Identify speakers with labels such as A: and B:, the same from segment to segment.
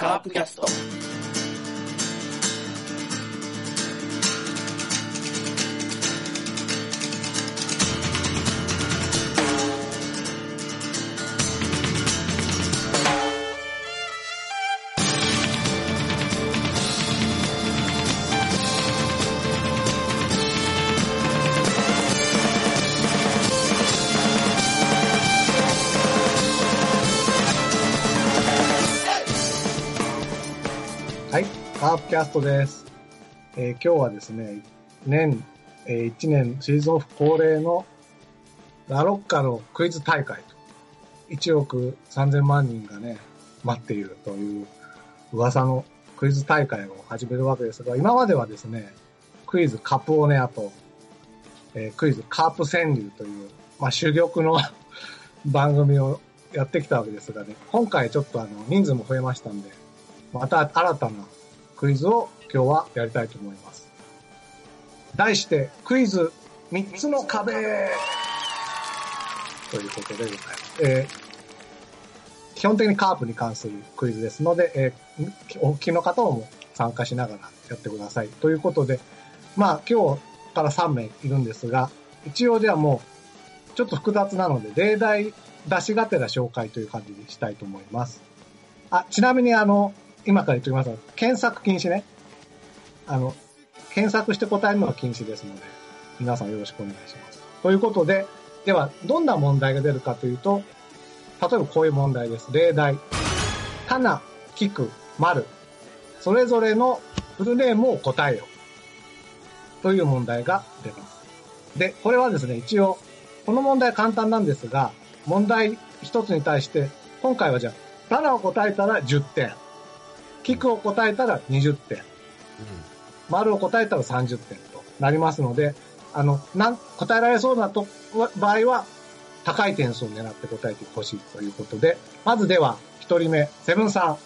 A: カープキャスト。
B: はい、カープキャストです。えー今日はですね、年、え1年シーズンオフ恒例のラロッカのクイズ大会と、1億3000万人がね、待っているという噂のクイズ大会を始めるわけですが、今まではですね、クイズカプオネアと、えークイズカープ川柳という、まあ、珠玉の 番組をやってきたわけですがね、今回ちょっとあの、人数も増えましたんで、また新たなクイズを今日はやりたいと思います。題して、クイズ3つの壁ということでございます。えー基本的にカープに関するクイズですので、えーお聞きの方も参加しながらやってください。ということで、まあ今日から3名いるんですが、一応ではもうちょっと複雑なので、例題出しがてら紹介という感じにしたいと思います。あ、ちなみにあの、今から言っておきますが、検索禁止ね。あの、検索して答えるのは禁止ですので、皆さんよろしくお願いします。ということで、では、どんな問題が出るかというと、例えばこういう問題です。例題。かな、きく、まる。それぞれのフルネームを答えよ。という問題が出ます。で、これはですね、一応、この問題は簡単なんですが、問題一つに対して、今回はじゃあ、タラを答えたら10点。キクを答えたら20点。丸を答えたら30点となりますので、あの、なん、答えられそうなと、わ場合は、高い点数を狙って答えてほしいということで、まずでは、一人目、セブンさん。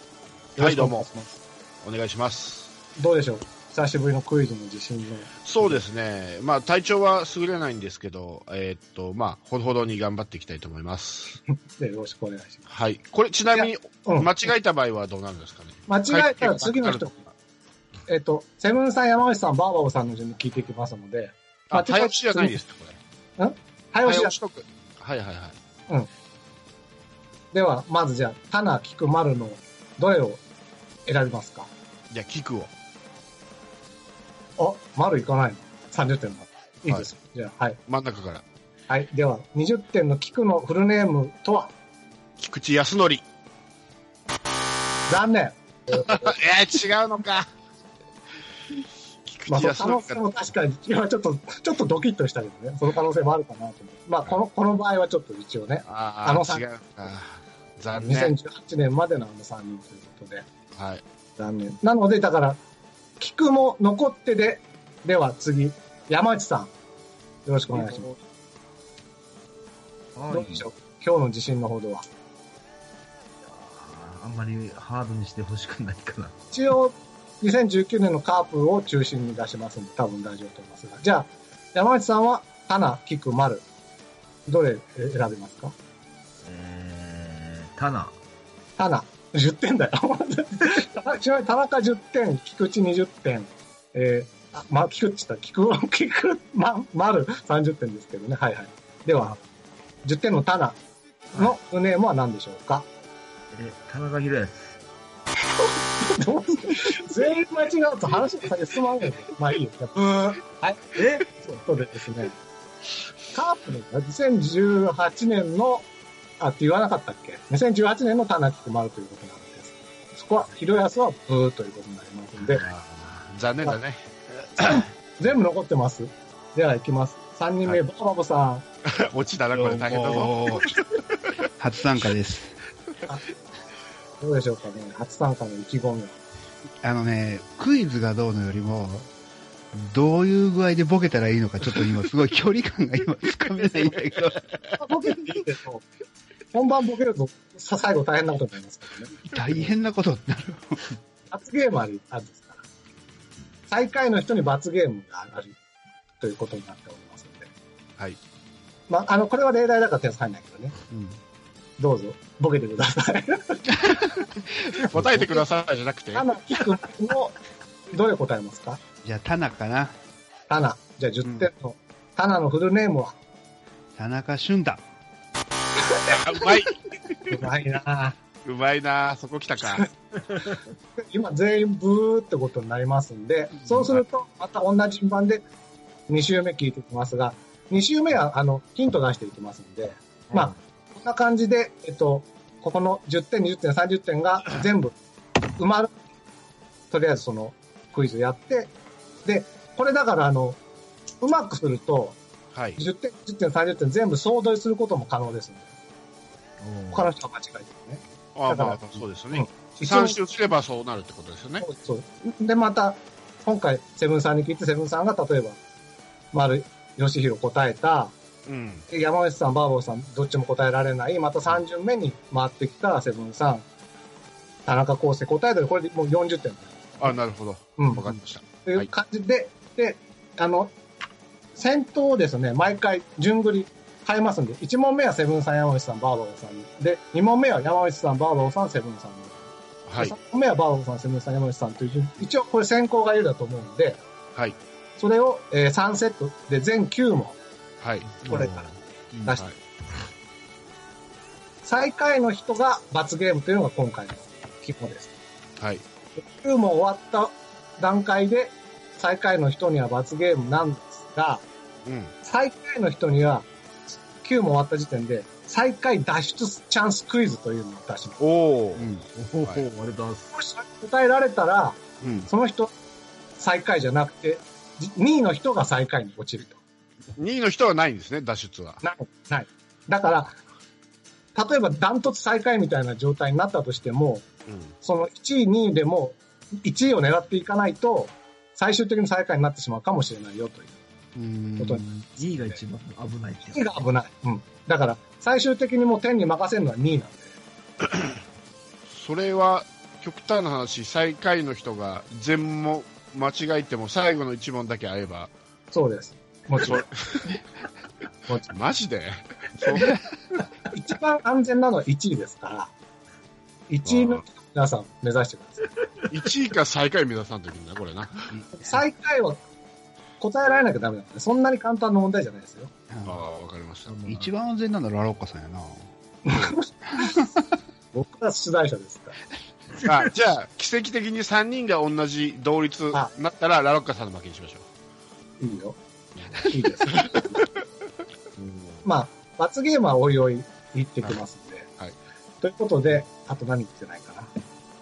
C: はいどうも
B: よろしくお願いします。
C: お願いします。
B: どうでしょう久しぶりのクイズの自信の。
C: そうですね。まあ、体調は優れないんですけど、えーっと、まあ、ほどほどに頑張っていきたいと思います。
B: で、よろしくお願いしま
C: はい。これ、ちなみに、
B: す。うん。
C: 間違えた場合はどうなるんですかね。
B: 間違えたら次の人
C: はい。
B: えっと、セブンさん、山内さん、バーバオさんの順に聞いていきますので、
C: あ、
B: 間違え
C: 早押しじゃないですか、これ。
B: 早押
C: 早
B: しだ
C: 押しとく。はいはいはい。
B: では、まずじゃあ、タナ、キク、マルの、どれを選びますか
C: じゃあ、聞くを。
B: あ、マルいかないの ?30 点だ。いいです。じゃあ、はい。
C: 真ん中から。
B: はい。では、20点のキクのフルネームとは
C: 菊池康則。
B: 残念。
C: えー、違うのか。菊
B: まあ、
C: 池
B: その
C: 康
B: 可能性
C: 則
B: も
C: か。
B: 確かに、今ちょっと、ちょっとドキッとしたけどね、その可能性もあるかなと思う。まあ、この、この場合はちょっと一応ね、あ
C: あ
B: の
C: あ、
B: さ
C: 違うのか。残念。
B: 2018年までのあの3人ということで、
C: はい。
B: 残念。なので、だから、キクも残ってで、では次、山内さん、よろしくお願いします。
D: はい
B: どうでしょう今日の自信のほどは。
D: あんまりハードにしてほしくないかな。
B: 一応、2019年のカープを中心に出しますんで、多分大丈夫と思いますが。じゃあ、山内さんは、花、菊、丸。どれえ選びますか
D: えー、タナ。
B: 花、10点だよ。 ちなみに田中10点、菊池20点、えー、あ、ま、菊池だ、菊、 菊、ま、丸30点ですけどね。はいはい。では、10点の花のネームは何でしょうか
D: え、田中宏です。
B: どう全員間違うと話が先進まんねん。まあいいよ。じゃあブー。はい。
D: え
B: ということでですね、カープの2018年の、あって言わなかったっけ ?2018 年の田中丸ということなんです。そこは、広安はブーということになりますんで、
C: あー残念だね。
B: 全部残ってます。では行きます。3人目、
C: は
B: ババボさん。
C: 落ちたな、これ大変だぞ。
E: おー初参加です。
B: どうでしょうかね初参加の意気込みは。
E: あのね、クイズがどうのよりも、どういう具合でボケたらいいのか、ちょっと今すごい距離感が今つかめないんだけど、
B: あボケていいけど、本番ボケると、さ最後大変なことになりますからね。
E: 大変なことになる。
B: 罰ゲームあり、あるんですから。最下位の人に罰ゲームがあり、ということになっておりますので。
C: はい。
B: まあ、あの、これは例題だから点数入んないけどね。
E: うん
B: どうぞ、ボケてください。
F: 答えてくださいじゃなくて。
B: タナキ君の、どれ答えますか
E: じゃあ、タナかな。
B: タナ。じゃあ10点の、タナのフルネームは
E: 田中俊太。
F: あうまい。
B: うまいな
F: うまいなそこ来たか。
B: 今全員ブーってことになりますんで、そうすると、また同じ順番で2周目聞いていきますが、2周目は、あの、ヒント出していきますんで、まあ、こんな感じで、えっと、ここの10点、20点、30点が全部埋まる。とりあえずそのクイズやって、で、これだからあの、うまくすると、
F: はい。
B: 10点、10点、30点全部総取りすることも可能ですので、
D: うん
B: 他の人は間違えてるね。
F: あ
B: だから
F: まあ、そうですよね。
B: 一応
F: 三周すればそうなるってことですよね。
B: そうそうで、また、今回、セブンさんに聞いて、セブンさんが例えば、丸、吉弘答えた、
F: うん。
B: で山内さん、バーボーさん、どっちも答えられない、また3巡目に回ってきたセブンさん、田中康介答えたら、これでもう40点。
F: あなるほど。
B: うん
F: わかりました。
B: という感じで、で、あの、先頭をですね、毎回順繰り変えますんで、1問目はセブンさん、山内さん、バーバーさんに。で、2問目は山内さん、バーバーさん、セブンさんに。
F: はい
B: 3。問目はバーバーさん、セブンさん、山内さんという順一応これ先行が有利だと思うんで、
F: はい。
B: それを、え3セットで全9問
F: はい。
B: これから出して、
F: はい
B: 最下位の人が罰ゲームというのが今回の肝です。
F: はい。
B: 9問終わった段階で、最下位の人には罰ゲームなんですが、
F: うん。
B: 最下位の人には、9も終わった時点で、最下位脱出チャンスクイズというのを出します。
F: おお、
E: うん。
D: おお、
F: は
D: あ
F: い
D: りがとうございます。
B: もし答えられたら、
E: うん。
B: その人、最下位じゃなくて、2位の人が最下位に落ちると。
F: 二2位の人はないんですね、脱出は。
B: ない。ない。だから、例えばダントツ最下位みたいな状態になったとしても、
F: うん。
B: その1位、2位でも、1位を狙っていかないと、最終的に最下位になってしまうかもしれないよという。
E: うん
B: こと
D: 2位が一番危ないってやつ。
B: 2位が危ない。うん。だから、最終的にもう天に任せるのは2位なんで。
F: それは、極端な話、最下位の人が全問間違えても最後の1問だけ合えば、
B: そうです。もちろん。もちろん
F: マジで
B: 一番安全なのは1位ですから、1位の皆さん目指してください。
F: ?1 位か最下位目指さんといけんだ、これな。
B: 最下位は答えられなきゃダメなので、そんなに簡単な問題じゃないですよ。
F: ああ、わかりました。
D: うん
E: 一番安全なのはラロッカさんやな。
B: 僕は出題者ですから。
F: あじゃあ、奇跡的に3人が同じ同率になったら、ラロッカさんの負けにしましょ
B: いいよ。いいです。まあ、罰ゲームはおいおい言ってきますんで。
F: はいはい
B: ということで、あと何言ってないかな。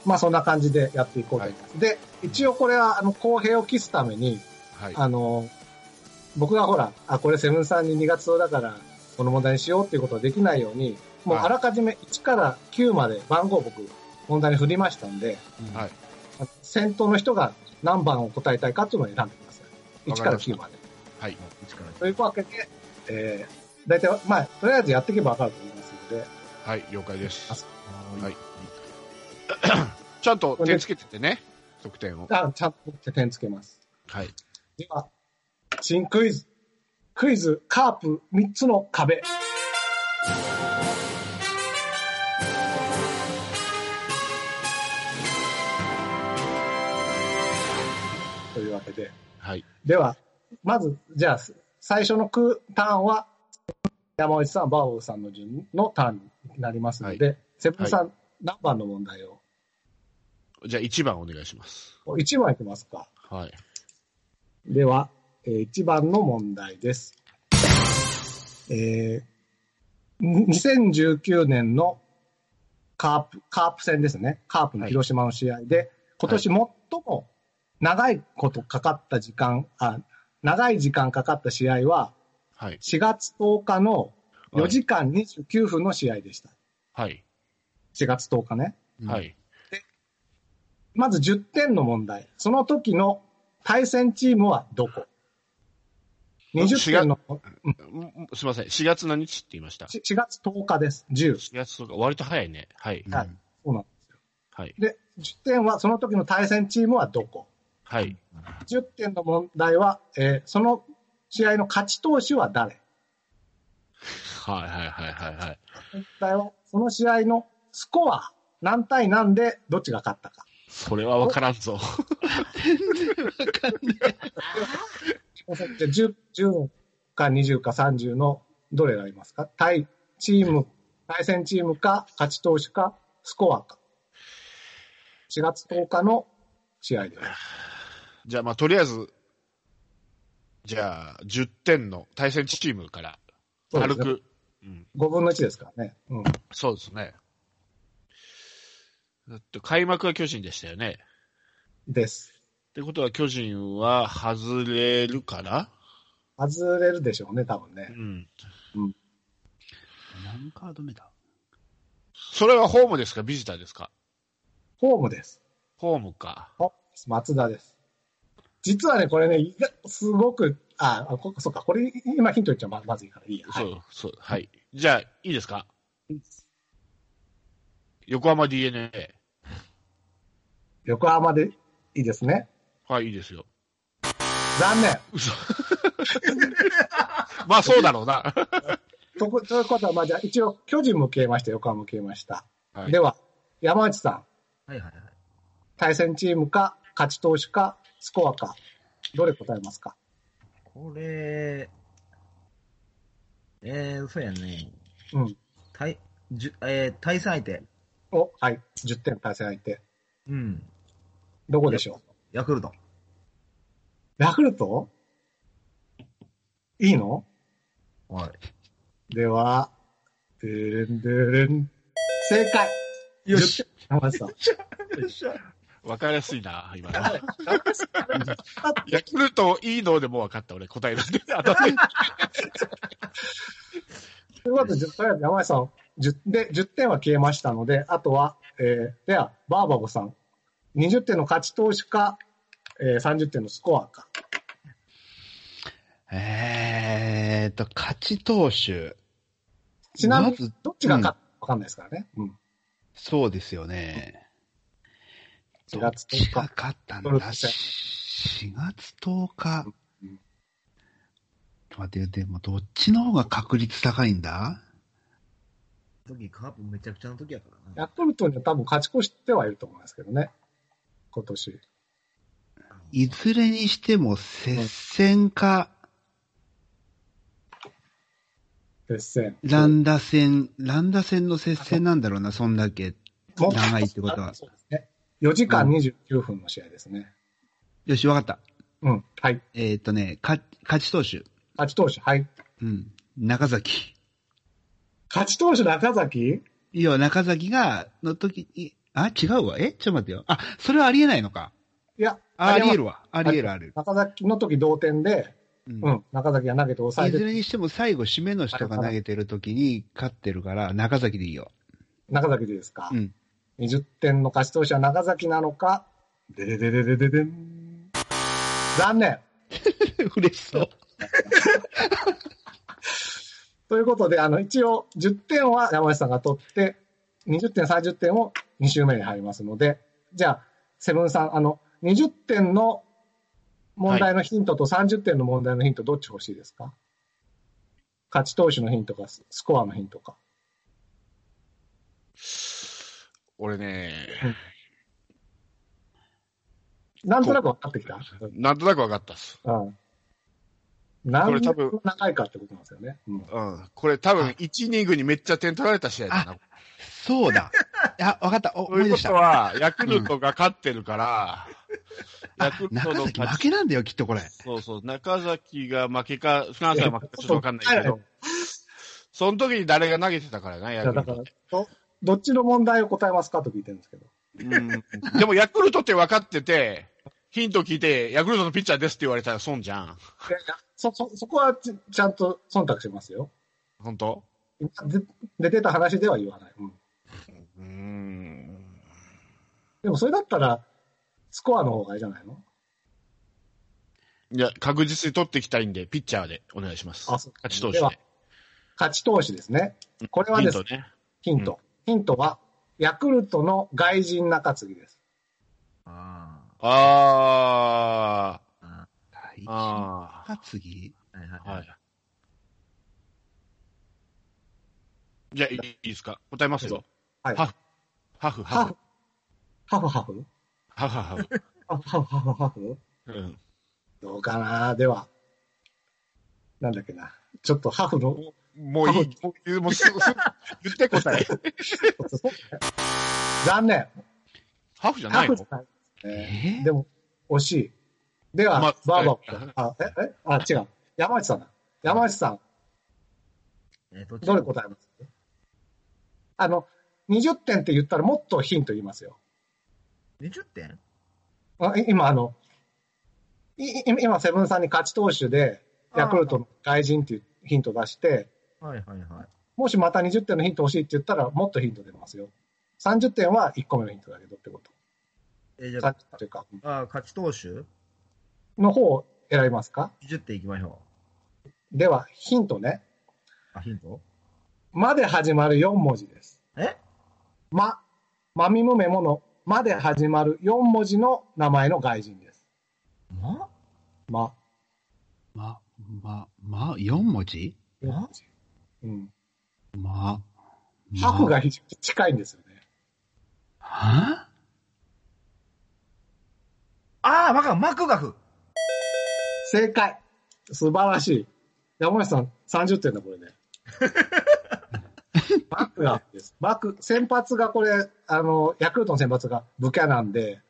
B: まあそんな感じでやっていこうと思います。で、一応これはあの公平を期すために、
F: う。はい。
B: あの、僕がほら、あ、これセブンさんに苦手そうだから、この問題にしようっていうことはできないように、もう
F: はい
B: あらかじめ1から9まで番号を僕、問題に振りましたんで、
F: はい
B: あの先頭の人が何番を答えたいかっていうのを選んでください。
F: わ
B: 1か
F: かり
B: ら
F: ました
B: 9まで。
F: はい。
D: 一から
B: というわけで、えー、大体、まあ、とりあえずやっていけばわかると思いますので、
F: はい、了解です。
D: は
F: はい。 ちゃんと点つけてってね、得点を。
B: あちゃんと点つけます。
F: はい。
B: では、新クイズ。クイズ、カープ3つの壁。というわけで。
F: はい。
B: では、まず、じゃあ、最初のクターンは、山内さん、バーボーさんの順のターンになりますので、セブンさん、何番の問題を
F: じゃあ、1番お願いします。
B: ?1 番いきますか。
F: はい。
B: では、え1番の問題です。えー、ん2019年のカープ、カープ戦ですね。カープの広島の試合で、今年最も長いことかかった時間、あ、長い時間かかった試合は、
F: はい。
B: 4月10日の
F: はい
B: 4時間29分の試合でした。
F: はい。
B: 4月10日ね。
F: はい。
B: まず10点の問題。その時の対戦チームはどこ ?20 点の、
F: うんすみません。4月何日って言いました。4
B: 4月10日です。10。
F: 月とか、割と早いね。はい。
B: はい
E: うん
B: そうなんですよ。
F: はい。
B: で、10点は、その時の対戦チームはどこ
F: はい。
B: ?10 点の問題は、えーその試合の勝ち投手は誰
F: はいはいはいはいはい。
B: 実際は、その試合のスコア、何対何でどっちが勝ったか。
F: それは分からんぞ。
B: じゃあ10、10か20か30のどれがありますか対チーム、対戦チームか、勝ち投手か、スコアか。4月10日の試合で。
F: じゃあまあとりあえず、じゃあ10点の対戦チームから、軽く。うん、
B: 5分の1ですからね。うん。
F: そうですね。だって開幕は巨人でしたよね。
B: です。
F: ってことは巨人は外れるから
B: 外れるでしょうね、多分
F: う
B: ね。
F: ん。
E: 何カード目だ
F: それはホームですかビジターですか
B: ホームです。
F: ホームか。
B: ホームです松田です。実はね、これね、いやすごく、あ、あこそうか、これ、今ヒント言っちゃままずいからいいや。は
F: そ
B: い。
F: う、そう、はい。じゃあ、いいですか横浜 DNA。
B: 横浜でいいですね。
F: はい、いいですよ。
B: 残念。
F: 嘘。 まあ、そうだろうな。
B: とこ、ということは、まあ、じゃあ、一応、巨人も消えました、横浜も消えました。
F: はい
B: では、山内さん、
D: はいはいはい。
B: 対戦チームか、勝ち投手か、スコアか、どれ答えますか
D: これ、えー、そうやね。
B: うん。
D: 対、じゅえー、対戦相手。
B: お、はい、10点対戦相手。
D: うん。
B: どこでしょう
D: ヤクルト。
B: ヤクルトいいの
D: は
B: では、でれんでれん。正解
D: い。よし。
B: 山内さん。
F: わかりやすいな、今の。ヤクルトいいのでもう分かった、俺、答えなん で。あと
B: ということで、とりあえず山内さん、10, で10点は消えましたので、あとは、えー、では、バーバボさん、20点の勝ち投手か、えー、30点のスコアか。
E: えーっと、勝ち投手。
B: ちなみ
E: ま
B: に、
E: ず
B: どっちが勝つかわかんないですからね。うん。
E: そうですよね。
B: 4
E: どっ
B: 月
E: ち
B: 10
E: が
B: 日。
E: 勝ったん
B: ド
E: だ
B: ルフィン戦
E: ?4 月10
B: う
E: 日。ち
B: ん
E: ょっと待って、でもどっちの方が確率高いんだ
D: 時、カープめちゃくちゃの時やからな。
B: ヤクルトには多分勝ち越してはいると思いますけどね。今年。
E: いずれにしても接戦か、
B: 決戦。
E: 乱打戦、乱打戦の接戦なんだろうな、そんだけ。
B: もう
E: 長いってことは
B: そうですね。4時間29分の試合ですね。
E: よし、わかった。
B: うん。はい。
E: えーっとね、か勝ち投手。
B: 勝ち投手、はい。
E: うん。中崎。
B: 勝ち投手中崎
E: いや、中崎が、の時に、あ、違うわ。えちょっと待ってよ。あ、それはありえないのか。
B: いや、
E: あ、ありえ
B: る。
E: るわ。ありえるある。
B: 中崎の時同点で、
E: うん
B: うん、中崎が投げて抑え
E: いず
B: て、
E: れにしても最後、締めの人が投げてる時に勝ってるから、中崎でいいよ。
B: 中崎でですか、
E: うん
B: 20点の勝ち投手は中崎なのか、でででででででん。残念
E: 嬉しそう。
B: ということで、あの、一応、10点は山内さんが取って、20点、30点を2周目に入りますので、じゃあ、セブンさん、あの、20点の問題のヒントと30点の問題のヒント、どっち欲しいですか勝ち投手のヒントか、ススコアのヒントか。
F: 俺ね、
B: なんとなく分かってきた
F: なんとなく分かったっす。
B: うん。何
F: これ多分
B: 年長いかってことなんですよね。うん。
F: うん。これ多分、1、2軍にめっちゃ点取られた試合だな。
E: そうだ。あ、わかった。お
F: と
E: 思
F: い
E: い
F: う
E: 出
F: こ
E: し
F: と
E: た。
F: は、ヤクルトが勝ってるから、ヤクルト
E: 中
F: の
E: 崎
F: 勝
E: 負
F: ち。
E: けなんだよ、きっとこれ。
F: そうそう、中崎が負けか、フランスが負けか、ちょっとわかんないけど、その時に誰が投げてたからな、
B: い
F: ヤ
B: や
F: ク
B: だ
F: ル
B: から。
F: ト
B: ど、どっちの問題を答えますかと聞いてるんですけど。
F: うんでもヤクルトって分かってて、ヒント聞いて、ヤクルトのピッチャーですって言われたら損じゃん。
B: いやいやそ、そ、そこはちちゃんと忖度しますよ。
F: 本当
B: で出てた話では言わない。うん。
F: うーん。
B: でもそれだったら、スコアの方がいいじゃないの
F: いや、確実に取ってきたいんで、ピッチャーでお願いします。
B: あそう
F: 勝ち投手
B: では
F: で。
B: 勝ち投手ですね。これは
F: ヒ
B: で
F: ン
B: す
F: ト、ね。
B: ヒント。ヒントは、ヤクルトの外人中継ぎです。
D: あ
F: あ
D: ーあ
E: 大
F: ー。
E: 事
F: あ
E: か、次。
D: ー。はいはい
F: ー。
D: は
F: はいい。
C: じゃあ、いいいですか答えますよ。
B: はい
C: ハフ。ハフ、
B: ハ
C: ハ
B: フ
C: フ。
B: ハフハフ
C: ハフ、ハフ。
B: ハフハフハフハフ
C: うん。
B: どうかなでは。なんだっけな。ちょっとハフ の、
C: もういい。もう、もうすす言って答え。
B: 残念。
C: ハフじゃ
B: ハ
C: ない
B: フ
C: の
B: じゃないですね。
E: え
B: でも、惜しい。では、
C: ま
B: バーバ
C: は
B: ー
C: い。
B: あ、え、え、あ、違う。山内さんだ。山内さん、
D: えーどっち
B: どれ答えますあの、20点って言ったらもっとヒント言いますよ。
D: ?20 点
B: あい今、あの、いい今、セブンさんに勝ち投手で、ヤクルトの外人っていうヒント出して、
D: はいはいはい。
B: もしまた20点のヒント欲しいって言ったら、もっとヒント出ますよ。30点は1個目のヒントだけどってこと。
D: えーじゃ
B: 30というか、
D: あ、あー勝ち投手
B: の方を選びますか
D: ?20 点いきましょ
B: では、ヒントね。
D: う。あ、ヒント
B: まで始まる4文字です。
D: え
B: ま、まみむめもの、まで始まる4文字の名前の外人です。
D: ま
B: ま、
E: ま、ま、ま、4文字
D: ま
B: うん。
E: ま、ま
B: ハフが非常に近いんですよね。
E: は
D: ああ、わかるマクガフ
B: 正解。素晴らしい。山内さん、30点だ、こ れね。バックがです。バック、先発がこれ、あの、ヤクルトの先発がブキャなんで、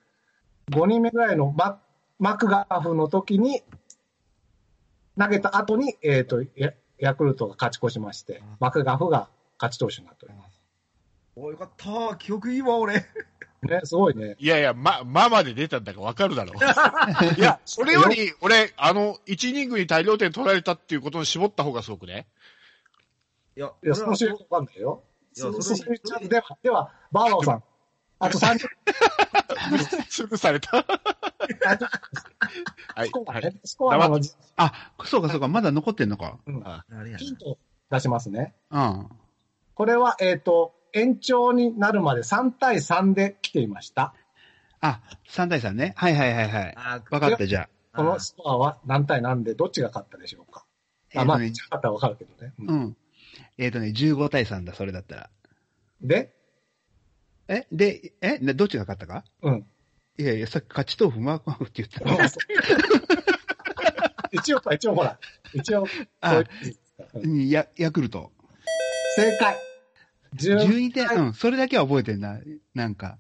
B: 5人目ぐらいのママクガフの時に、投げた後に、えっ、と、ヤヤクルトが勝ち越しまして、マクガフが勝ち投手になっておりま
D: およかった記憶いいわ、俺。
B: す。ね、すごいね。
C: いやいや、ま、ままで出たんだからわかるだろう。いや、それより、俺、あの、1イニングに大量点取られたっていうことに絞った方がすごくね。
D: いや、
B: いや、その
D: 俺
B: 瞬
D: は
B: 間わかんないよ。
D: いや
B: そ
D: それ
B: その瞬間では、では、バーバーさん、あと30
C: スルーされた。はい
B: スコ。ア
C: はい
B: ね。スコアの、
E: あ、そうかそうか、まだ残ってんのか。
D: あれやな
B: ヒントを出しますね。
E: うん。
B: これは、えっ、と、延長になるまで3対3で来ていました。
E: あ、3対3ね。はいはいはいはい。
D: あー
E: わかった、じゃあ。
B: このスコアは何対何でどっちが勝ったでしょうか。あ、まあ、
E: えーとね
B: 勝ったらわかるけどね。う
E: うんん。えっ、とね、15対3だ、それだったら。
B: で、
E: えで、えなどっちが勝ったか
B: うん。
E: いやいや、さっき勝ち豆腐マークマークって言ったの
B: 一応、一応ほら、一応、
E: あ
B: そういううん
E: うんや、ヤクルト。
B: 正解。10
E: 12点、うん、それだけは覚えてんな。なんか。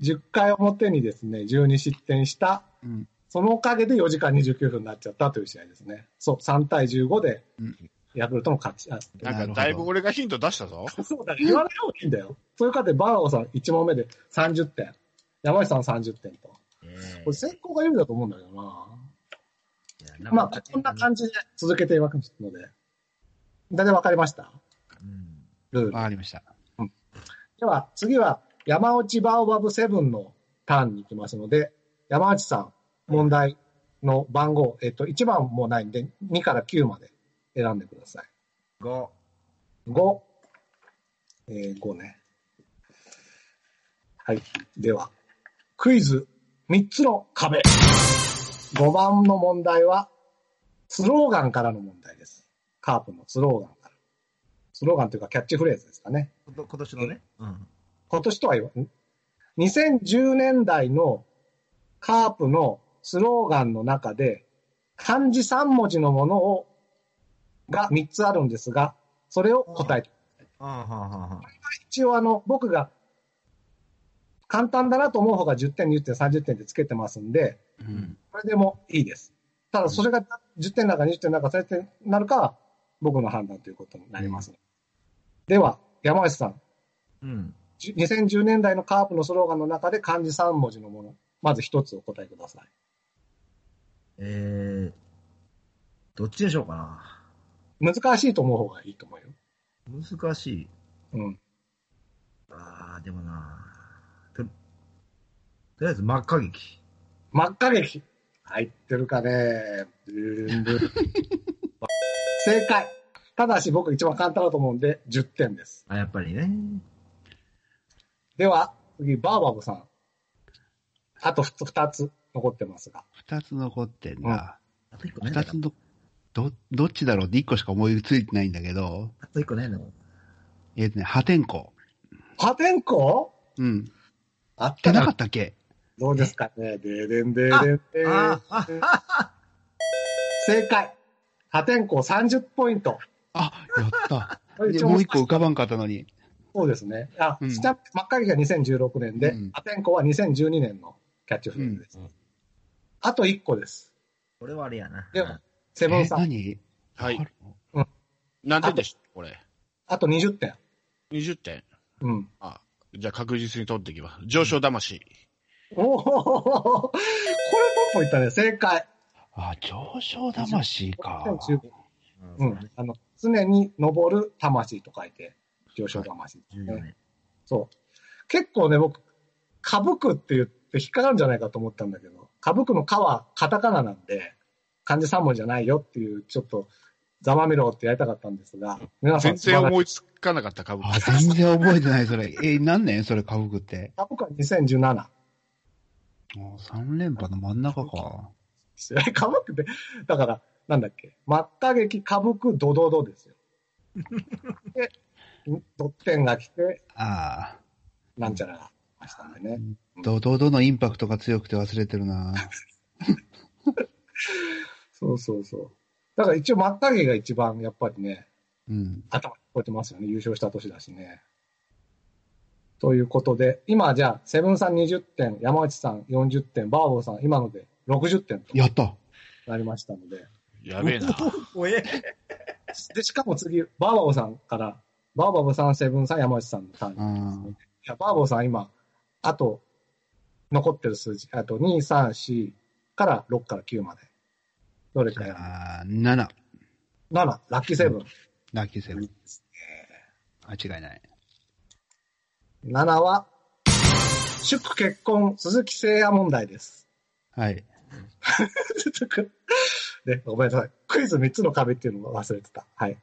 B: 10回表にですね、12失点した、
E: うん。
B: そのおかげで4時間29分になっちゃったという試合ですね。そう、3対15で
E: うん、
B: ヤクルトの勝ち。あ
C: なんか、だいぶ俺がヒント出したぞ。
B: そうだね。言わない方がいいんだよ。そういう方で、バーオさん1問目で30点。山内さん30点と。
D: え
B: これ先行が有利だと思うんだけどな。
D: ー
B: まあ、こんな感じで続けていくので。大体わかりました
D: うん
B: ルー
E: わ
B: ル。
E: かりました。
B: では、次は山内バオバブセブンのターンに行きますので、山内さん、問題の番号、えっと、1番もうないんで、2から9まで選んでください。
D: 五
B: 5。えー、5ね。はい。では、クイズ3つの壁。5番の問題は、スローガンからの問題です。カープのスローガンから。スローガンというかキャッチフレーズですかね。
D: こと今年のね。うん。
B: 今年とは言わん2010年代のカープのスローガンの中で、漢字3文字のものを、が3つあるんですが、それを答えて
D: ああ、はあ、はあ、はあ。
B: 一応あの、僕が簡単だなと思う方が10点、20点、30点でつけてますんで、
E: うん。
B: これでもいいです。ただそれが10点なんか20点なんか30点になるかは僕の判断ということになります。では、山内さん、
D: うん。
B: じゅ2010年代のカープのスローガンの中で漢字3文字のもの、まず一つお答えください。
D: えー、どっちでしょうかな。
B: 難しいと思う方がいいと思うよ。
D: 難しい。
B: うん。
D: ああ、でもな。ととりあえず、真っ赤劇。
B: 真っ赤劇。入ってるかね。ブーンブーン正解。ただし僕一番簡単だと思うんで10点です。
D: あ、やっぱりね。
B: では、次、バーバブさん。あと2つ残ってますが。
E: 2つ残ってんな。
D: あと一個ないんだ
E: 2
D: か
E: つど、ど、どっちだろうって1個しか思いついてないんだけど、
D: あと一個ないんだもん。
E: えっとね、破天荒。
B: 破天荒
E: うん。
B: あっ
E: じ
B: た
E: ゃな
B: な
E: かったっけ
B: どうですかね。ででんででんでーん
D: ああ、
B: 正解。破天荒30ポイント。
E: あ、やった。でもう一個浮かばんかったのに。
B: そうですね。あ、
E: うん
B: ちなみに真っ赤が2016年で、
E: うん
B: 破天荒は2012年のキャッチフレーズです。
A: うん
B: あと1個です。
D: これはあれやな。
B: でも、セブン
E: え、
B: さん。
E: 何
C: はい
E: ある
C: 何点でしたこれ。
B: あと20点。
C: 20点。
B: うん。
C: じゃあ確実に取っていきます。上昇魂。
B: おおこれポンポンいったね。正解。
E: あ、上昇魂か。
B: 2015
D: う
B: うんん。あの、常に登る魂と書いて、上昇魂、
D: 14年。
B: そう。結構ね、僕、かぶくって言って引っかかるんじゃないかと思ったんだけど、かぶくのかはカタカナなんで、漢字3文字じゃないよっていう、ちょっと、ざまみろってやりたかったんですが、皆さ
C: 全
B: ん、素晴
C: 然
B: らしい
C: 思いつかなかった株。
E: あ、全然覚えてない、それ。え、何年それ、家福って。
B: かぶくは2017。
E: もう3連覇の真ん中か。
B: かぶくって、だから、なんだっけ、まったげきかぶくドドドですよ。で、ドッテンが来て、
E: あ
B: なんちゃらが来ましたんでね。
E: あ。ドドドのインパクトが強くて忘れてるな。
B: そうそうそう。だから一応、まったげが一番、やっぱりね、
E: うん。
B: 頭に超えてますよね。優勝した年だしね。ということで、今じゃあ、セブンさん20点、山内さん40点、バーボーさん今ので60点と
E: やった。
B: なりましたので。
C: やべえな。
D: おえ
B: で、しかも次、バーボーさんから、バーボーさん、セブンさん、山内さんのターン。
E: う
B: い
E: ん。
B: や、バーボーさん今、あと、残ってる数字、あと2、3、4から6から9まで。どれかやる
E: ああ、7。
B: 7、ラッキーセブン。
E: ラッキーセブン。あ、違いない。
B: 7は、祝結婚、鈴木誠也問題です。
E: はい。
B: ね、ごめんなさい。クイズ3つの壁っていうのを忘れてた。はい。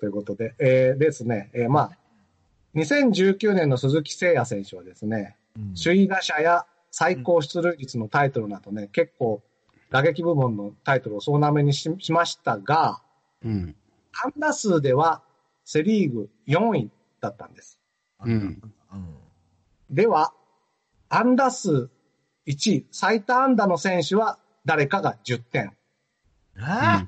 B: ということで、えーですね、えーまあ、2019年の鈴木誠也選手はですね、首位打者や最高出塁率のタイトルなどね、結構打撃部門のタイトルを総なめにししましたが、
E: うん。
B: 安打数ではセリーグ4位だったんです。
E: うん。
D: うん。
B: では、安打数1位、最多安打の選手は誰かが10点。
D: あ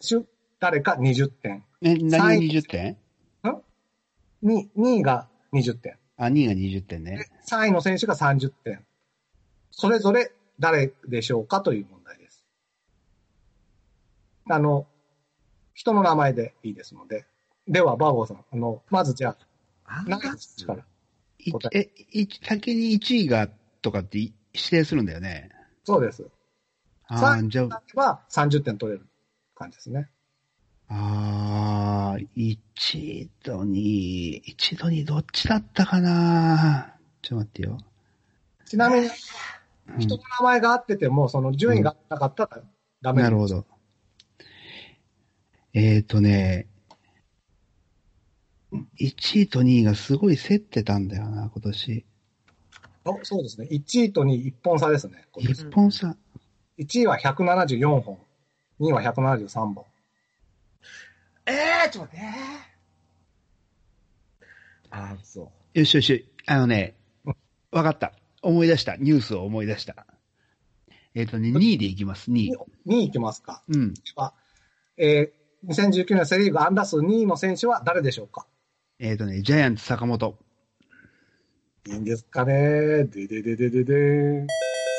B: 選手、誰か20点。
E: え、何が
B: 最
E: 20点
B: 2, 2位が20点。
E: あ、2位が20点ね
B: で。3位の選手が30点。それぞれ誰でしょうかという問題です。あの、人の名前でいいですので。では、バーボーさん、あの、まずじゃ
D: あ
B: あ、何位ですか
E: い
B: 答
E: え、い先に1位がとかってい指定するんだよね。
B: そうです。
E: あ
B: さ
E: あ、
B: ん
E: じゃあ、
B: 例えば30点取れる感じですね。
E: ああ、1と2、1と2どっちだったかなちょっと待ってよ。
B: ちなみに、
E: うん
B: 人の名前が合ってても、その順位がなかったらダメ
E: なる
B: ん
E: ほ
B: です。
E: ど。えっ、ー、とね、1位と2位がすごい競ってたんだよな、今年。
B: おそうですね。1位と2位、1本差ですね。
E: 一本差。
B: 1位は174本、2位は173本。
D: ええちょっと待って。ああ、そう。
E: よしよし、あのね、わかった。思い出した。ニュースを思い出した。えっ、とね、2位でいきます、2位。
B: 2位いきますか。
E: うん。
B: は、えー、2019年セリーグアンダー数2位の選手は誰でしょうか
E: えっ、とね、ジャイアンツ坂本。
B: いいんですかねでででででで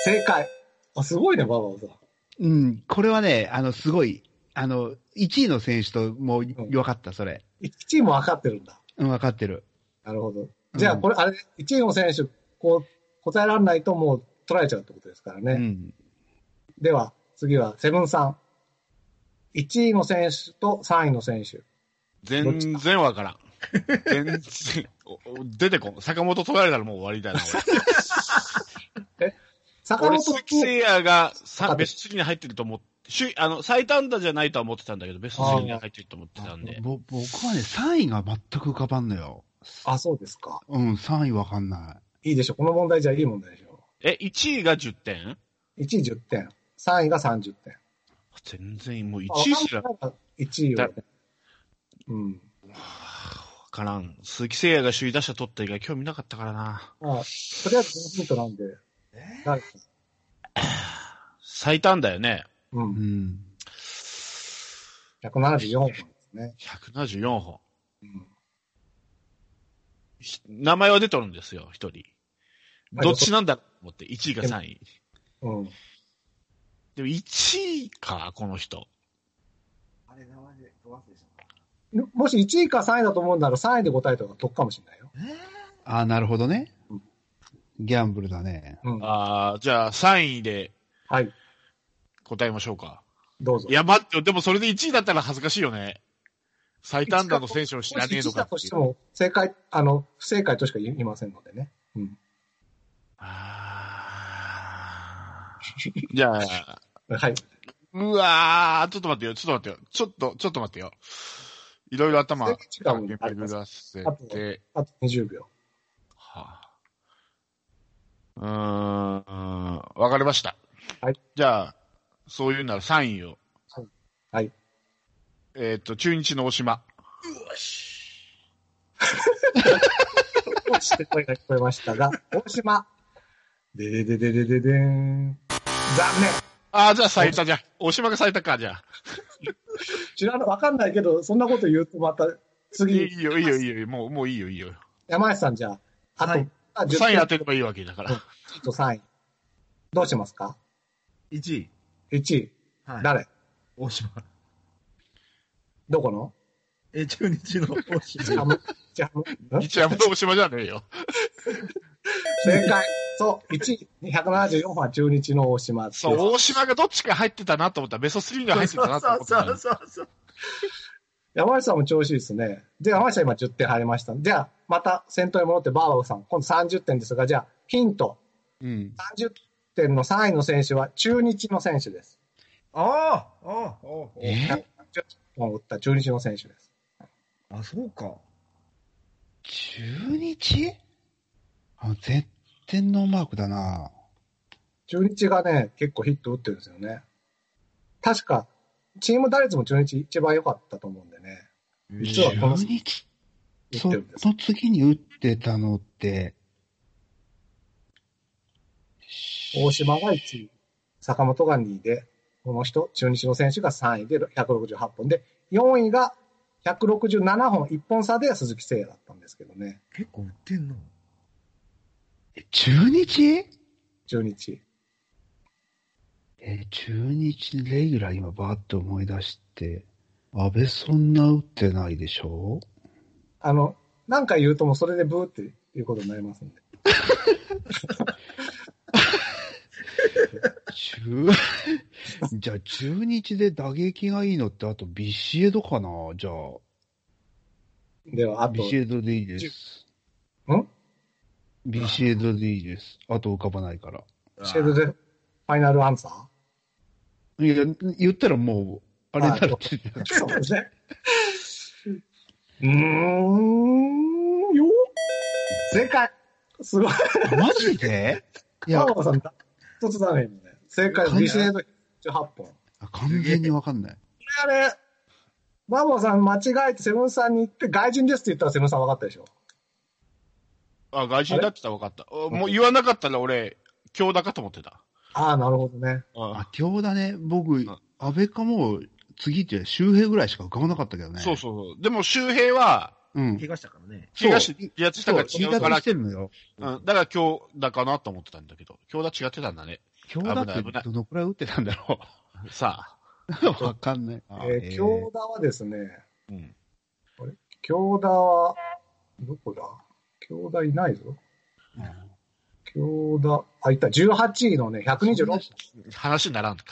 B: 正解。あ、すごいね、バーバーさん。
E: うん、これはね、あの、すごい、あの、1位の選手ともう分かった、それ。
B: 1位も分かってるんだ。
E: うん、分かってる。
B: なるほど。じゃあ、
E: うん
B: これ、あれ、1位の選手、こう、答えられないともう取られちゃうってことですから
E: う
B: ね。
E: ん。
B: では、次は、セブンさん。1位の選手と3位の選手。
C: 全然わからん。全然、おお出てこん。坂本取られたらもう終わりだな、
B: 坂
C: 俺。
B: 本
C: 俺、鈴木誠也がさ
B: あ
C: ベスト3に入ってると思って、首位あの、最短打じゃないとは思ってたんだけど、ベスト3には入ってると思ってたんで。
E: ぼ僕はね、3位が全く浮かばんのよ。
B: あ、そうですか。
E: うん、3位分かんない
B: いでしょ。この問題じゃいい問題でしょ。
C: え、1位が10点
B: 1位10点、3位が30点。
C: 全然、もう1位すら。
B: 1位をね。うん。
F: からん。鈴木誠也が首位打者取った以外興味なかったからな。
B: まあ、とりあえずヒントなんで。誰か
F: 最短だよね。
B: う。
E: うんん。
B: 174本ですね。
F: 174本。
B: うん
F: ひ名前は出とるんですよ、一人。どっちなんだろうと思って、1位か3位。
B: うん。
F: でも1位か、この人。
D: あれ、名前で、ど忘れした
B: もし1位か3位だと思うなら3位で答えた方が得かもしれないよ。
E: ああ、なるほどね。ギャンブルだね。
B: うん。
F: ああ、じゃあ3位で
B: はい。
F: 答えましょうか。
B: どうぞ。
F: いや、待ってよ。でもそれで1位だったら恥ずかしいよね。最短打の選手を知らねえのか
B: だ
F: って
B: と
F: い
B: し
F: う
B: ても、正解、あの、不正解としか言いませんのでね。
F: あーじゃあ、
B: はい。
F: うわー、ちょっと待ってよ、ちょっと待ってよ。ちょっと、ちょっと待ってよ。いろいろ頭、
B: 制限時間もあり
F: 巡
B: ます
F: らせ
B: あと
F: て、
B: あと20秒。
F: はあ、うーん、わかりました。
B: はい。
F: じゃあ、そういうなら3位を。
B: はいはい。
F: えっ、と、中日の大島。
B: 落ちて声が聞こえましたが、 大島。でででででででん。残念。
F: ああ、じゃあ最多じゃん。大島が最多か、じゃあ。
B: 知らな、わかんないけど、そんなこと言うとまた、
F: い
B: 次、
F: いよ、いいよ、いいよ、もう、もういいよ、いいよ。
B: 山内さんじゃあ、あと、
D: はい
B: あ10
F: 3位当て
B: 点
F: ればいいわけだから。
B: と3位。どうしますか
D: 1位。
B: ?1 位。
D: はい。
B: 誰
D: 大島。
B: どこの
D: え、中日の大
B: 日ハ
D: 島。
B: ム日ハムん
F: 一山と大島じゃねえよ。
B: 正解。そう、1位。174本は中日の大島です。
F: そう、大島がどっちか入ってたなと思ったら、ベスト3が入ってたなと思った
D: そう
F: ら。
D: そうそう。
B: 山内さんも調子いいですね。で、山内さん今10点入りました。じゃあ、また先頭に戻ってバーバーさん、今度30点ですが、じゃあ、ヒント。
E: うん。
B: 30点の3位の選手は中日の選手です。
D: あああああ
E: えー
B: もう打った中日の選手です。
D: あ、あそうか。
E: 中日あ、絶対ノーマークだな。
B: 中日がね、結構ヒット打ってるんですよね。確か、チーム打率も中日一番良かったと思うんでね。実はこの
E: 中日
B: 打って
E: そ
B: るんです。
E: の次に打ってたのって、
B: 大島が1位、坂本が2位で、この人、中日の選手が3位で168本で、4位が167本、1本差で鈴木誠也だったんですけどね、
D: 結構売ってんの
E: 中日
B: 中日。
E: えー、中日レギュラー今バーって思い出して、安倍そんな打ってないでしょ
B: あの、なんか言うともうそれでブーっていうことになりますんで。
E: 中、 じゃあ中日で打撃がいいのってあとビシエドかなじゃ
B: では、
E: あ、
B: あと
E: ビ、シエドでいいです。
B: ん
E: ビシエドでいいです。あと浮かばないから。
B: シェードでファイナルアンサー
E: いや、言ったらもう、あれだろって。
B: そうですね。うーん、よ正解すごい。
E: マジでい
B: パ、
E: や
B: ワーさん、一つダメにね。正解、ビシエド18本。
E: 完全にわかんない。
B: あれ、バボさん間違えてセブンさんに行って外人ですって言ったらセブンさん分かったでしょ
F: あ、外人だってたら分かった。あもう言わなかったら俺、強打かと思ってた。
B: ああ、なるほどね。
E: あ、今日だね。僕、安倍かもう、次って周平ぐらいしか浮かばなかったけどね。
F: そうそうそう。でも周平は、
E: うん。
D: 怪我したからね。
F: 怪我して、離脱したから
E: そう
F: 違うから
E: 離脱し、てるのよ。
F: うん、だから強打かなと思ってたんだけど、強打違ってたんだね。
E: 今日だっ
F: 危ない危な
E: て
F: い
E: どのくらい打ってたんだろ
F: さあ。
E: う。わかんない。
B: え
E: あ
B: ー、京田はですね、
F: うん。
B: 京田は、どこだ京田いないぞ。京田、あ、いた、18位のね、126本。
F: 話にならんか。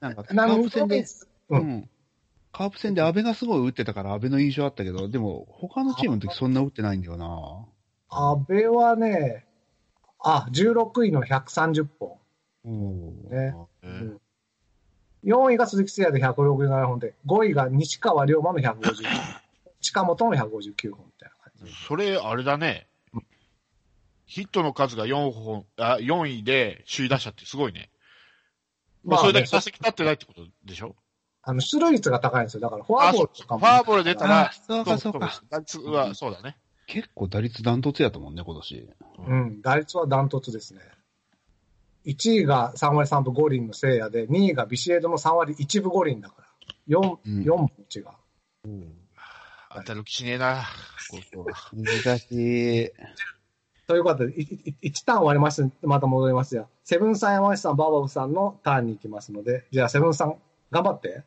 E: なんか、カ
B: な
E: ー
B: の
E: プ戦で
B: で、、う
E: うんん。カープ戦で安倍がすごい打ってたから安倍の印象あったけど、でも、他のチームの時そんな打ってないんだよな。
B: 安倍はね、あ、16位の130本。
E: おー
B: ね。
F: え
B: ん4位が鈴木誠也で167本で、5位が西川龍馬の150近本の159本みたいな感じ。
F: それ、あれだね。ヒットの数が4本、あ、4位で首位打者ってすごいね。まあ、それだけ打席立ってないってことでしょ
B: あの、出塁率が高いんですよ。だから、フォアボールとか
F: フ
B: も。
F: ァーボール出たら、
E: そうか、そうか。
F: 打率は、そうだね。
E: 結構打率ダントツやったもんね、今年。
B: うん、打率はダントツですね。1位が3割3分5厘の聖夜で、2位がビシエドの3割1分5厘だから。4、
E: うん
B: 4分違う。
F: 当たる気しねえな。こう今日は
E: 難しい。
B: ということで、1ターン終わりまして、また戻りますよ。セブンさん、山内さん、バーバブさんのターンに行きますので、じゃあ、セブンさん、頑張って。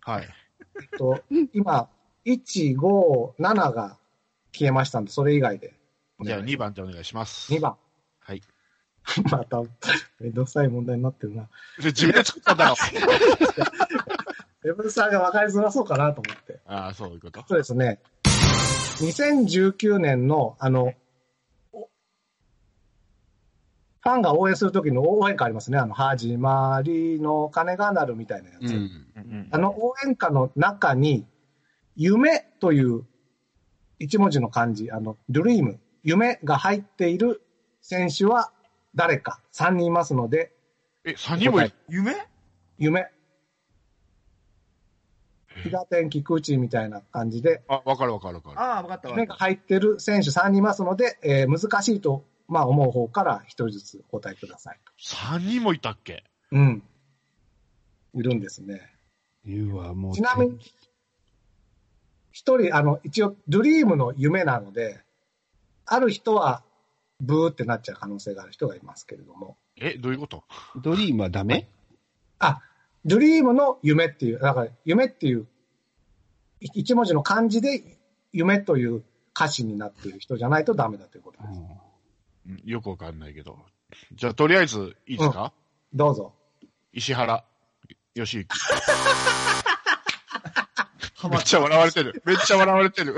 F: はい。
B: えっと、今、1、5、7が消えましたんで、それ以外で。
F: じゃあ2番でお願いします。
B: 2。番。
F: はい。
B: また、めんどくさい問題になってるな。
F: で自分で作ったん だろう。
B: セブンさんが分かりづらそうかなと思って。
F: ああ、そういうこと。
B: そうですね。2019年の、あの、おファンが応援するときの応援歌ありますね。あの、始まりの鐘が鳴るみたいなやつ。
E: うん。
F: うん
B: あの応援歌の中に、夢という一文字の漢字、あの、ドリーム、夢が入っている選手は誰か3人いますので、
F: え、3人もいる。
D: 夢
B: 夢。平天気空地みたいな感じで、
F: あ、わかるわかるわかる。
D: ああ、分かった
B: 夢
D: 分
B: が
D: かっ
B: 入ってる選手3人いますので、えー難しいと、まあ、思う方から1人ずつお答えください。
F: 3人もいたっけ
B: うん。いるんですね。
E: うわ、もう。
B: ちなみに1人、あの、一応、ドリームの夢なので、ある人は、ブーってなっちゃう可能性がある人がいますけれども、
F: え、どういうこと
E: ドリームはダメ
B: ドリームの夢っていう、だから、夢っていう、い一文字の漢字で、夢という歌詞になっている人じゃないとダメだということ
E: う
B: です。
E: ん
F: うんよくわかんないけど。じゃあ、とりあえず、いいですか
B: どうぞ。
F: 石原、義行。
D: た。
F: めっちゃ笑われてる。めっちゃ笑われてる。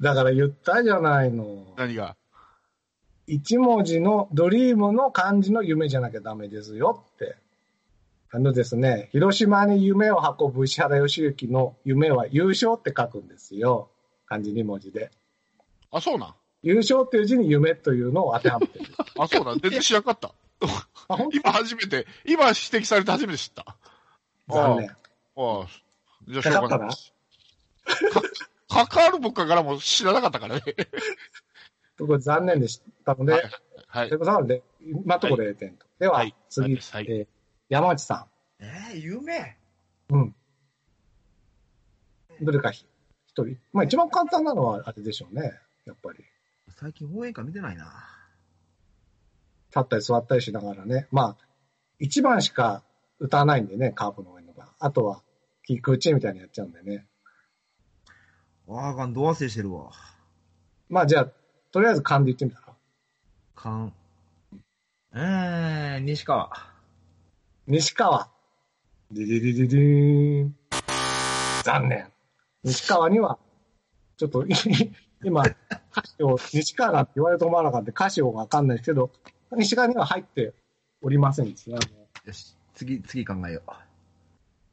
B: だから言ったじゃないの。
F: 何が
B: 一文字のドリームの漢字の夢じゃなきゃダメですよって。あのですね、広島に夢を運ぶ石原良之の夢は優勝って書くんですよ。漢字2文字で。
F: あ、そうなん。
B: 優勝っていう字に夢というのを当てはめてる。
F: あ、そ うなん。全然知らんかった。
B: あほん
F: 今初めて、今指摘されて初めて知った。あ
B: 残念。
F: あ、じゃあしょうがな
B: か
F: い
B: か。
F: か関わる僕からも知らなかったからね。
B: 僕は残念でしたので、
F: はいはい
B: とい。うことなので、今のところ0点と。では、
F: はい
B: 次、
F: はい
B: えー山内さ
D: えー、夢
B: ん。うん。どれかひ一人。まあ一番簡単なのはあれでしょうね。やっぱり。
D: 最近応援歌見てないな。
B: 立ったり座ったりしながらね、まあ、一番しか歌わないんでね、カープの上の場。あとは、キック打ちみたいにやっちゃうんでね。
D: ああ、かん、ド忘れしてるわ。
B: まあじゃあ、とりあえず勘で言ってみたら。
D: かん。えー、西川。
B: 西川。ディディディディディーン。残念。西川には、ちょっと、 い今、歌詞を、西川なんて言われると思わなかったんで、歌詞をわかんないですけど、西川には入っておりませんですね。
D: よし、次、次考えよう。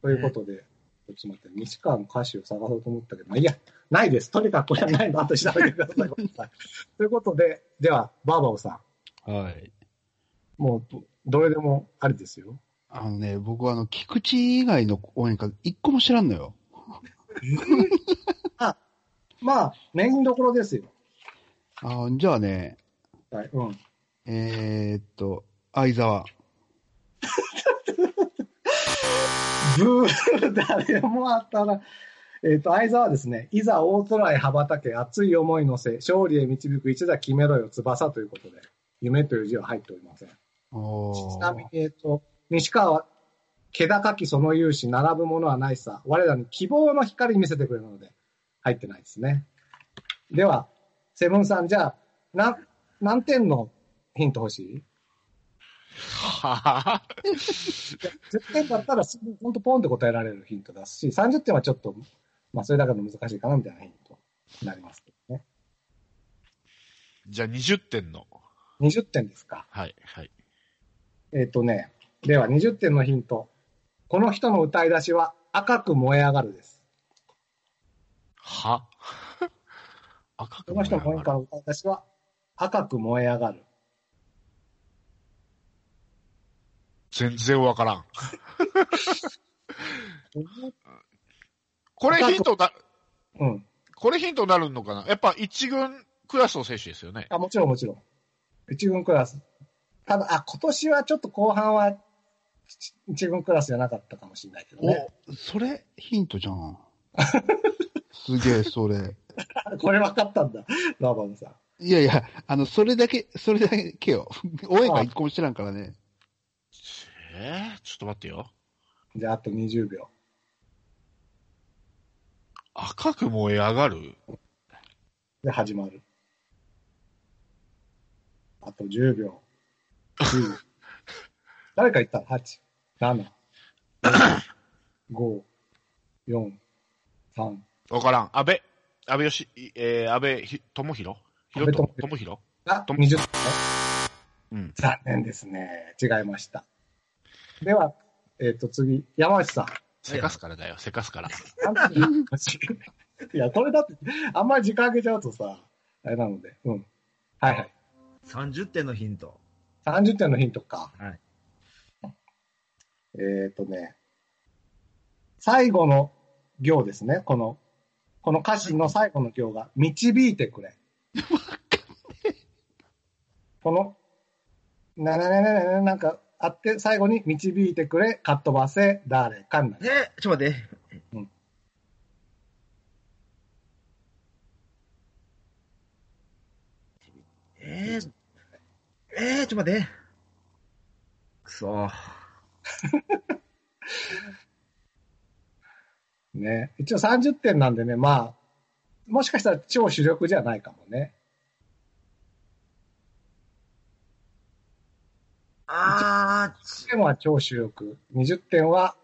B: ということで、ちょっと待って、西川の歌詞を探そうと思ったけど、まあ、いや、ないです。とにかくこれはないの、あと調べてください。ごめんなさいということで、では、バーバオさ
E: はい。
B: ん、もうど、どれでもありですよ。
E: あのね、僕はあの、菊池以外の応援歌、一個も知らんのよ。
B: まあ、メインどころですよ。
E: あじゃあね、
B: はい、うん。
E: えー、っと、相沢。
B: ブー、誰もあったら、えっ、と、相沢はですね、いざ大空へ羽ばたけ、熱い思いのせ、勝利へ導く一座決めろよ、翼ということで、夢という字は入っておりません。
E: お
B: ちなみ
E: ー
B: に、えっ、と、西川は、気高きその勇士、並ぶものはないさ、我らに希望の光見せてくれるので、入ってないですね。では、セブンさん、じゃあ、な、何点のヒント欲しい
F: はぁ。
B: ?10 点だったら、すぐほんとポンって答えられるヒントだし、30点はちょっと、まあ、それだけで難しいかな、みたいなヒントになりますけどね。
F: じゃあ20点の。
B: 20点ですか。
F: はい、はい。
B: えっ、とね、では20点のヒント。この人の歌い出しは、赤く燃え上がるです。
F: は 赤
B: こ
F: く
B: の人の
F: 燃
B: 演
F: え上
B: 歌
F: がる
B: の歌い出しは、赤く燃え上がる。
F: 全然わからん。これヒントだ、
B: うん。
F: これヒントになるのかなやっぱ一軍クラスの選手ですよね。
B: あ、もちろんもちろん。一軍クラス。ただ、あ、今年はちょっと後半は、一一軍クラスじゃなかったかもしれないけどね。
E: お、それ、ヒントじゃん。すげえ、それ。
B: これ分かったんだ。ラバムさん。
E: いやいや、あの、それだけ、それだけよ。応援が一個も知らんからね。
F: えー、ちょっと待ってよ。
B: じゃあ、あと20秒。
F: 赤く燃え上がる
B: で、始まる。あと10秒。10誰か言った ?8、7、5、4、3。
F: わからん。安倍、安倍よし、えー、安倍ひ智弘
B: 安倍
F: と
B: 智
F: も智弘
B: あ、
F: とも
B: 20秒ね。
F: うん
B: 残念ですね。違いました。では、えっ、と、次、山内さん。
F: せかすからだよ、せかすから。
B: なんていうかいや、これだって、あんまり時間あげちゃうとさ、あれなので、うん。はいはい。
D: 30点のヒント。
B: 30点のヒントか。
D: はい。
B: えっ、とね、最後の行ですね。この、この歌詞の最後の行が、導いてくれ。この、ななななななんかあって、最後に導いてくれ、かっ飛ばせ、誰かになる。
D: え、ちょっと待って。えー、えー、ちょっと待って。くそ
B: ね。一応30点なんでね、まあ、もしかしたら超主力じゃないかもね。
D: あー、
B: 10点は超主力、20点は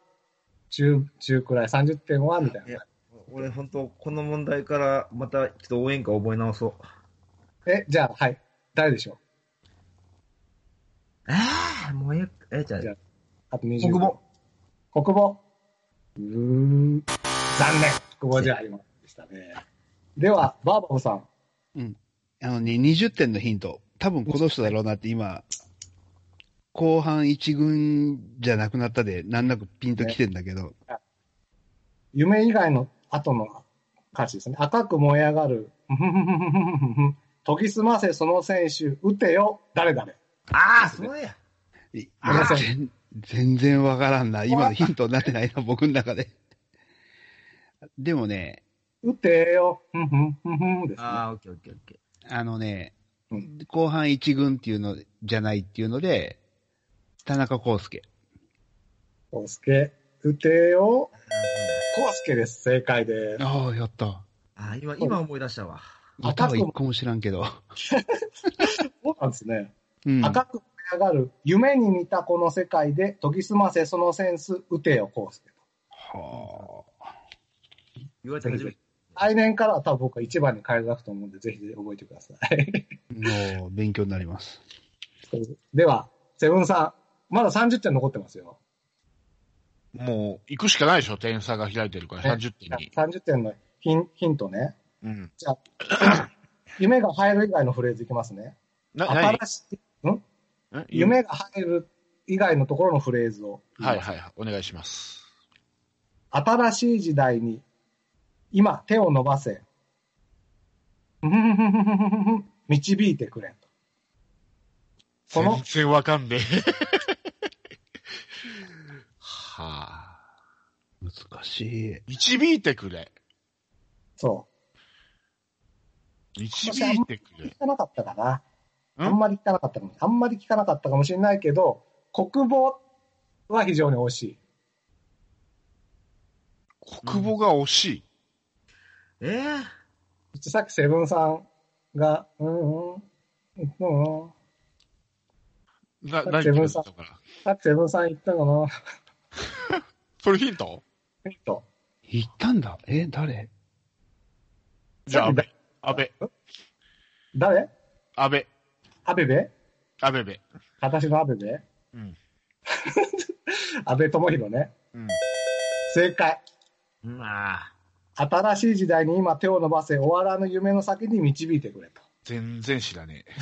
B: 中、中くらい、30点はみたいな。
D: 俺本当この問題からまたちょっと応援歌覚え直そう。
B: え、じゃあ、はい。誰でしょう
D: えー、もうええ、えじゃあ
B: じゃあと20
D: 国母。
B: 国母。うーん。残念。国母じゃありませんでしたね。では、バーバオさん。
E: あのね、20点のヒント。多分この人だろうなって今、後半一軍じゃなくなったで、なんなくピンと来てんだけど、
B: 夢以外の後の歌詞ですね。赤く燃え上がる。 研ぎ澄ませその選手、打てよ、誰々。
D: あー、そうや。
E: い
B: ごめんなさい
E: 全全然わからんな。今のヒントになってないな、僕の中で。でもね、
B: 打てよ、ふんふんふんふんですね。
D: あー、オッケーオッケーオッケ
E: あのね
B: う、
E: 後半一軍っていうのじゃないっていうので、田中康介。
B: コウスケ、打てよ、コウスケです。正解です。
E: ああ、やった。
D: ー。あー、今、今思い出したわ。
E: 頭一個も知らんけど。
B: そうなんですね。
E: うん。
B: 赤く上がる、夢に見たこの世界で、研ぎ澄ませそのセンス、打てよ、コースケと。
E: は
D: 言われて初めて。
B: 来年からは多分僕は一番に変えなくと思うんで、ぜひぜひ覚えてください。
E: あ。もう、勉強になります。
B: では、セブンさん、まだ30点残ってますよ。
F: もう、行くしかないでしょ、点差が開いてるから、30点に。
B: 30点のヒンヒントね。
F: うん。
B: じゃあ、夢が入る以外のフレーズいきますね。
F: な、何
B: 新しい、ん
F: ん
B: 夢が入る以外のところのフレーズを。
F: はいはいはい、お願いします。
B: 新しい時代に、今手を伸ばせ。ふふふふふふふ導いてくれと。この
F: 全然わかんねえ。はあ。
E: 難しい。
F: 導いてくれ。
B: そ
F: 導いてく
B: う。
F: れ
B: 聞。かなかったかな。あんまり聞かなかったかも。あんまり聞かなかったかもしれないけど、国防は非常に惜しい。
F: 国母が惜しい。
D: えー、
B: うちさっきセブンさんが、うんうん、うんうん、
F: な、
B: だっ
F: 何
B: て
F: 言
B: も
F: っ
B: う
F: た
B: さ
F: から。
B: さっきセブンさん言ったかな。
F: それヒント
B: えっと、
E: 行ったんだ。え、誰
F: じゃあ、
B: さっ
F: 安
B: き
F: 倍。安倍。
B: 誰
F: 安倍。
B: アベベ
F: 安倍部。
B: 私のアベベ
F: うん。
B: 安倍智弘ね。
F: うん。
B: 正解。
D: うん、あ
B: 新しい時代に今手を伸ばせ、終わらぬ夢の先に導いてくれと。
F: 全然知らねえ。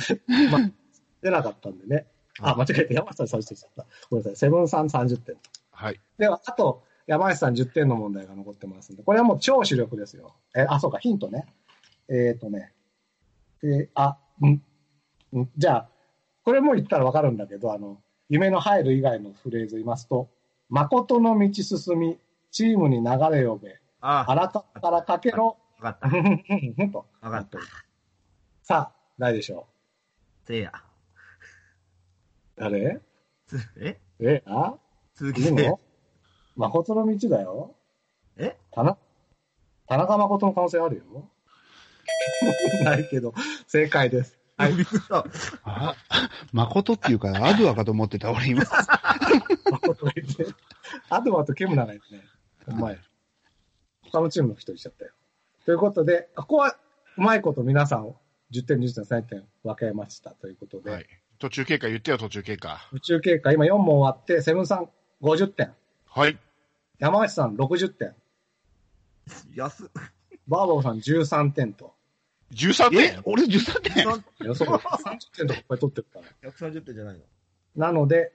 B: 出なかったんでね。あ、間違えて、山下さん30点だった。ごめんなさい、セブンさん30点。
F: はい。
B: では、あと、山内さん10点の問題が残ってますんで、これはもう超主力ですよ。え、あ、そうか、ヒントね。えっ、とね。えあ、んんじゃあ、これも言ったらわかるんだけど、あの、夢の入る以外のフレーズ言いますと、誠の道進み、チームに流れ呼べ、
D: ああ、
B: 荒川からかけろ、
D: わか っ
B: ふんふんふんふんと。
D: た。わかった。
B: さあ、誰でしょ
D: せいや。
B: う誰
D: つえ
B: え、あ
D: 鈴木
B: で
D: せいや
B: も。、誠の道だよ。
D: え
B: 田中、田中誠の可能性あるよ。ないけど、正解です。
D: はい。そう。
E: あ、誠っていうから、アドアかと思ってた、俺今。
B: 誠の道あとはあとケムナがいるね。お前、他のチームの人いっちゃったよ。ということで、ここは、うまいこと皆さんを10点、20点、3点分けましたということで、
C: はい。途中経過言ってよ、途中経過。
B: 宇宙経過、今4問終わって、セブンさん50点、
C: はい。
B: 山内さん60点、
D: 安っ。
B: バーボーさん13点と。
C: 13
E: え
C: 点、
E: 俺13点
B: いや、そうだよ。30点とかいっぱい取ってるから。
D: 130点じゃないの。
B: なので、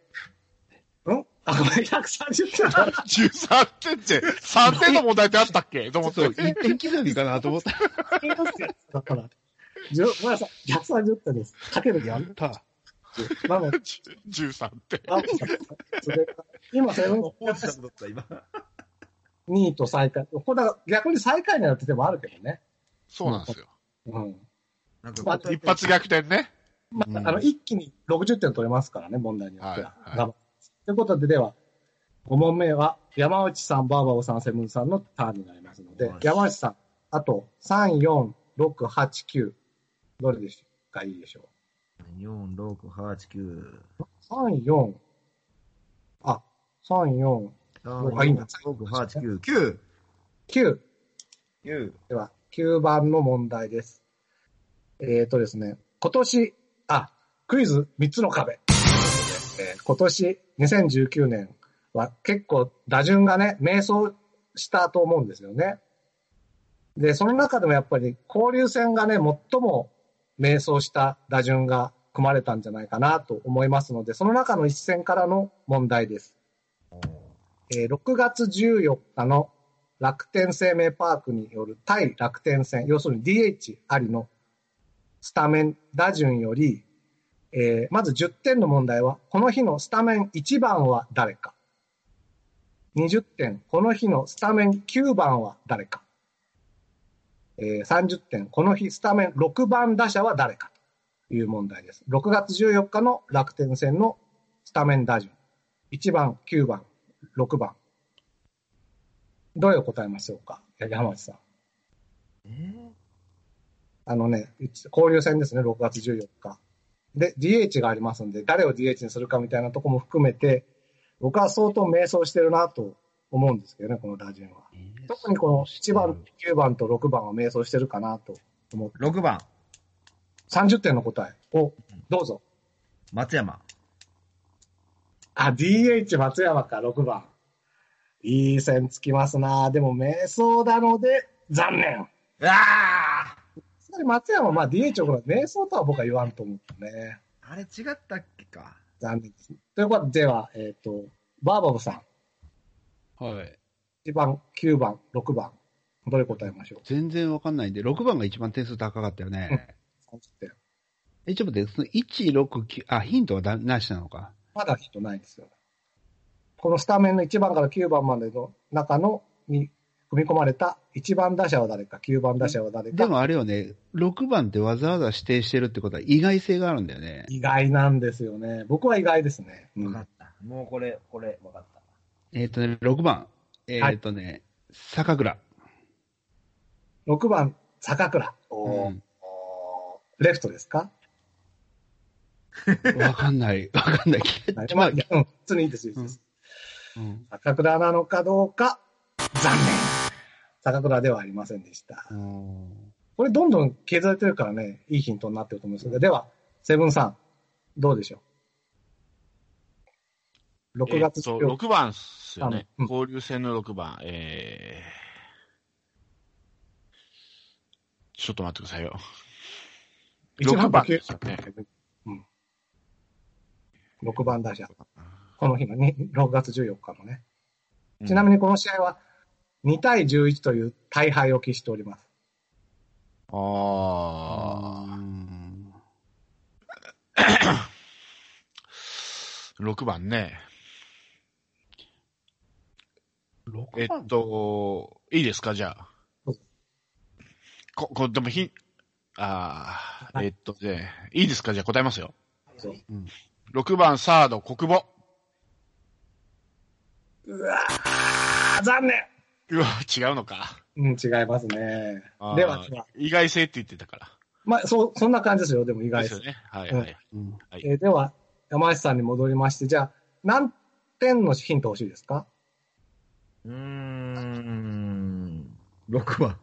B: んあ、これ130点だ。
C: ?13 点って、3点の問題ってあったっけと思っ
E: そう、
C: て。
E: 1点刻みかなと思った。
B: だから、じゅごめんなさい、130点です。かける
E: や
B: や
E: っ
B: る。
E: た。
B: なので、
C: 13点。
B: あそれから今、セブン
D: 放置したことだった、今。
B: 2位と最下位。ここだから逆に最下位になっててもあるけどね。
C: そうなんですよ。
B: うん。
D: なん
B: まあ
D: か、
C: 一発逆転ね。
B: ま
E: うん
B: あ、あの、一気に60点取れますからね、問題によっては。
C: はいはい
B: 頑張りますということで、では、5問目は、山内さん、バーバーさん、セブンさんのターンになりますので
D: はい、
B: 山内さん、あと、3、4、6、8、9、どれでしょうかいいでしょ
D: 4、6、8、9。
B: う。3、4、あ、3、4、
D: 4、
B: あいいんだ
D: 6、8、9、9。
B: 9。
D: 9。
B: では、9番の問題です。えっ、ー、とですね、今年、あ、クイズ3つの壁。えー今年、2019年は結構打順がね、迷走したと思うんですよね。で、その中でもやっぱり交流戦がね、最も迷走した打順が組まれたんじゃないかなと思いますので、その中の一戦からの問題です。えー6月14日の楽天生命パークによる対楽天戦、要するに DH ありのスタメン打順より、えーまず10点の問題は、この日のスタメン1番は誰か。20点、この日のスタメン9番は誰か。えー30点、この日スタメン6番打者は誰かという問題です。6月14日の楽天戦のスタメン打順。1番、9番、6番。どれを答えましょうか山内さん。
D: えー
B: あのね、一交流戦ですね、6月14日。で、DH がありますんで、誰を DH にするかみたいなとこも含めて、僕は相当迷走してるなと思うんですけどね、この打順は。特にこの1番、9番と6番は迷走してるかなと思って。
D: 6番、
B: 30点の答えを、どうぞ。
D: 松山。
B: あ、DH 松山か、6番。いい線つきますなでも迷走なので、残念。
D: うわあ
B: つまり松山はまあ DH をこれ瞑想とは僕は言わんと思うね。
D: あれ違ったっけか。
B: 残念です。ということで、では、えっ、と、バーバブさ
E: はい。
B: ん、1番、9番、6番、どれ答えましょ
E: 全然わかんないんで、6番が一番点数高かったよね。
B: う ?30 点。
E: え、ちょっと待って、その1、6、9、あ、ヒントはだなしなのか。
B: まだヒントないですよ。このスタメンの1番から9番までの中のに組み込まれた1番打者は誰か、9番打者は誰
E: で
B: か、
E: もあれよね、6番ってわざわざ指定してるってことは意外性があるんだよね。
B: 意外なんですよね。僕は意外ですね。う
D: わか
B: ん、
D: った。もうこれ、これ、わかった。
E: えっ、とね、6番。えっ、とね、坂倉。
B: 6番、坂倉。
E: う
B: おー
E: ん。
B: レフトですか
E: わかんない。わかんない。
B: ま
E: ま
B: あ、
E: あ
B: いやうん、普通にいいですよ、いいです。
E: うん
B: 坂倉なのかどうか、残念。坂倉ではありませんでした。
E: うん
B: これどんどん削られてるからね、いいヒントになってると思うんですけど、では、セブンさん、どうでしょう ?6 月
F: えっと、
B: 14日、
F: 6番っすよね。
B: あうん
F: 交流戦の6番。えー、ちょっと待ってくださいよ。
B: 1番
F: 6番
B: と9
F: ね
B: うん。6番打者。この日のに6月14日のね。ちなみにこの試合は2対11という大敗を喫しております。
F: ああ。
E: うん
F: 6番ね。え
E: 6番
F: っと、いいですか、じゃあ
B: うん。
F: こ、こ、でもひん、ああ、
B: はい
F: えっとね、いいですか、じゃあ答えますよ。
B: そう
F: 6番サード、国母。
B: あ、残念
F: うわ、違うのか。
B: うん、違いますね。
F: あー
B: では、では
F: 意外性って言ってたから。
B: まあ、そう、そんな感じですよ、でも意外
F: で
B: ですす
F: よ。ね。はいはい。
E: うん
B: えーでは、山内さんに戻りまして、じゃあ、何点のヒント欲しいですか
D: うーん。6番。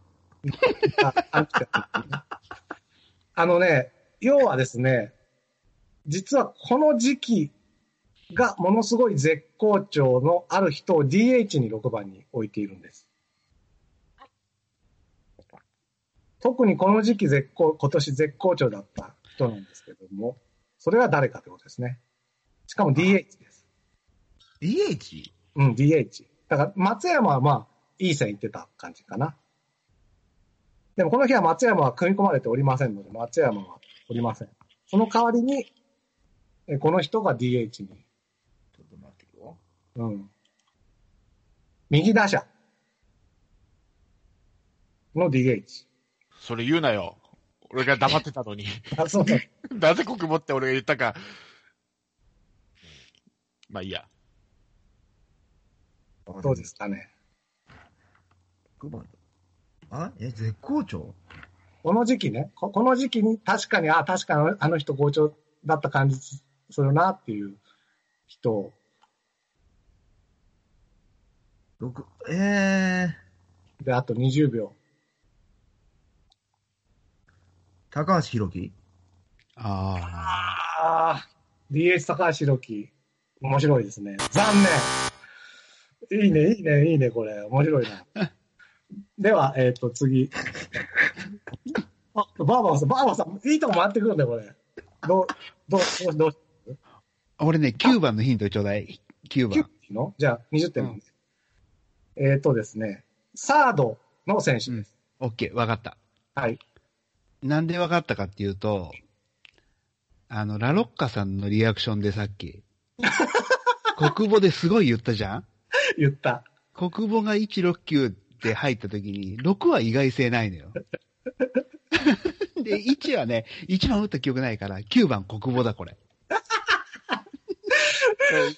B: あああのね、要はですね、実はこの時期がものすごい絶好調のある人を DH に6番に置いているんです。特にこの時期絶好、今年絶好調だった人なんですけども、それは誰かということですね。しかも DH です。
D: DH?
B: うん、DH。だから、松山はまあ、いい線いってた感じかな。でも、この日は松山は組み込まれておりませんので、松山はおりません。その代わりに、えこの人が DH に。
D: ちょっと待ってよ。
B: うん。右打者の DH。
F: それ言うなよ。俺が黙ってた のに。
B: あ、そうだ。
F: なぜ国母って俺が言ったか。まあいいや。
B: どうですかね。
D: ?6 番。あえ、絶好調
B: この時期ね、ここの時期に確かに、あ確かにあの人好調だった感じするなっていう人を、
D: ?6、えー、
B: で、あと20秒。
D: 高橋宏樹
E: あ
B: ああ、DS 高橋宏樹、面白いですね。残念。いいね、いいね、いいね、これ。面白い な。では、えっ、と、次。あ、バーバーさん、バーバーさん、いいとこ回ってくるんだよ、これ。どう、どう、どう、どう
E: あ。俺ね、9番のヒントちょうだい。9
B: キュッ
E: 番。
B: ていうのじゃあ、20点なんで。えっ、とですね、サードの選手です。
E: オッケー、わかった。
B: はい。
E: なんでわかったかっていうと、あの、ラロッカさんのリアクションでさっ き、国語ですごい言ったじゃん
B: 言った。
E: 国語が169で入った時に、6は意外性ないのよ。で、1はね、1番打った記憶ないから、9番国語だ、これ。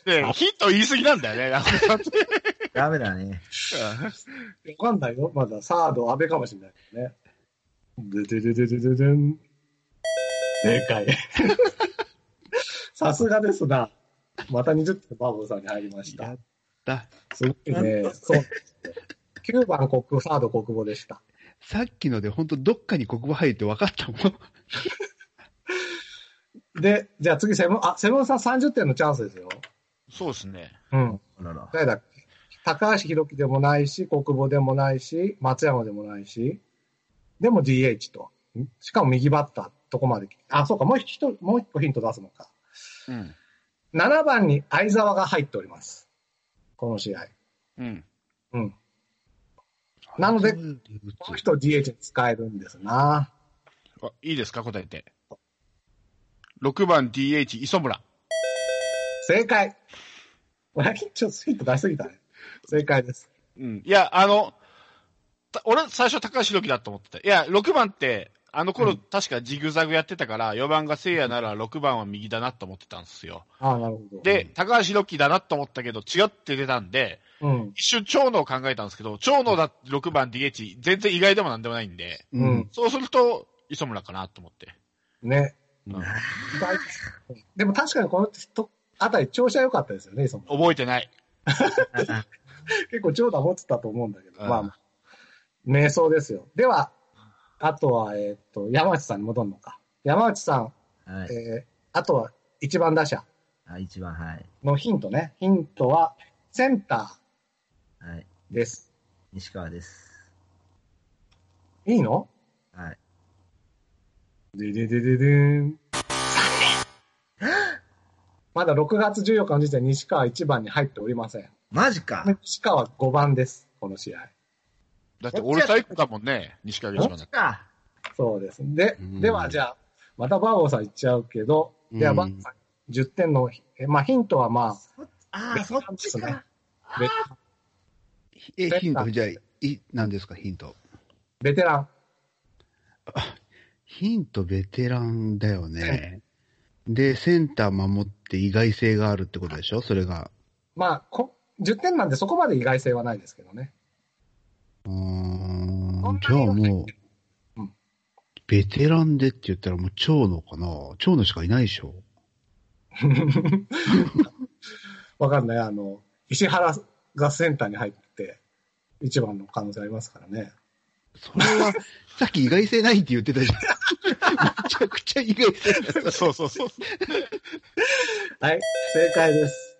F: で、でヒント言い過ぎなんだよね。 なんか
D: ダメだね。
B: わかんないよ。まだサード、安倍かもしれないけどね。でででででででん。正解。さすがですな。また20点バーボンさんに入りました。
E: だ
B: すごいね。そう。9番国、サード国語でした。
E: さっきので、本当どっかに国語入るって分かったもん。
B: で、じゃあ次セブン、あ、セブンさん30点のチャンスですよ。
F: そうですね。
B: うん。
D: あらら。
B: 誰だっけ高橋宏樹でもないし、国語でもないし、松山でもないし、でも DH と。しかも右バッター、とこまで来て。あ、そうか、もう一人、もう一個ヒント出すのか。
F: うん。
B: 7番に相沢が入っております。この試合。
F: うん。
B: うん。なので
E: 打つ
B: この人を DH に使えるんですな。
F: あいいですか、答えて。6番 DH、磯村。
B: 正解。 これ、ちょっとヒント出しすぎたね。正解です。
F: うん。いや、あの、た俺、最初高橋宏樹だと思ってた。いや、6番って、あの頃、確かジグザグやってたから、4番が聖夜なら6番は右だなと思ってたんですよ。
B: ああ、なるほど。
F: で、高橋宏樹だなと思ったけど、違って出たんで、
B: うん。
F: 一瞬長野を考えたんですけど、長野だって6番 DH、全然意外でもなんでもないんで、
B: う
E: うんん。
F: そうすると、磯村かなと思って。
B: ね。
F: うん
B: 意外でも確かにこの人あたり調子は良かったですよね、その
F: 覚えてない。
B: 結構長打持ってたと思うんだけど、
F: うん
B: まあまあ、瞑想ですよ。では、あとは、えーっと、山内さんに戻るのか。山内さん、
D: はい。
B: えー、あとは一番打者。
D: あ、一番、はい。
B: のヒントね。ヒントは、センタ
D: はい。
B: ーです。
D: 西川です。
B: いいの
D: はい。
B: でででででーん。まだ6月14日の時点で西川1番に入っておりません。
D: マジか。
B: 西川は5番です、この試合。
F: だって俺最高だもんね、西川が一番
D: マ
F: だ
D: ジ
F: っ
D: か。
B: そうです。で
C: う、ん
B: ではじゃあ、またバーオさんいっちゃうけど、では
E: うん
B: バーオさん、10点の、えまあヒントはま
D: ああ、そっち
B: そうですね
D: か。
B: あ、ベ
E: え、
B: ベ
E: ヒン
B: タ
E: ト、じゃあ、い、何ですか、ヒント。
B: ベテラン。
E: ヒント、ベテランだよね。で、センター守って意外性があるってことでしょそれが。
B: まあこ、10点なんでそこまで意外性はないですけどね。
E: うーん、じ
B: そ
E: ゃ
B: んな
E: あ
B: に
E: もう
B: うん、
E: ベテランでって言ったらもう長野かな長野しかいないでしょ
B: わかんない。あの、石原がセンターに入って、一番の可能性ありますからね。
E: それは、さっき意外性ないって言ってたじゃん。めちゃくちゃ意外性
F: た。そうそうそう。
B: はい、正解です。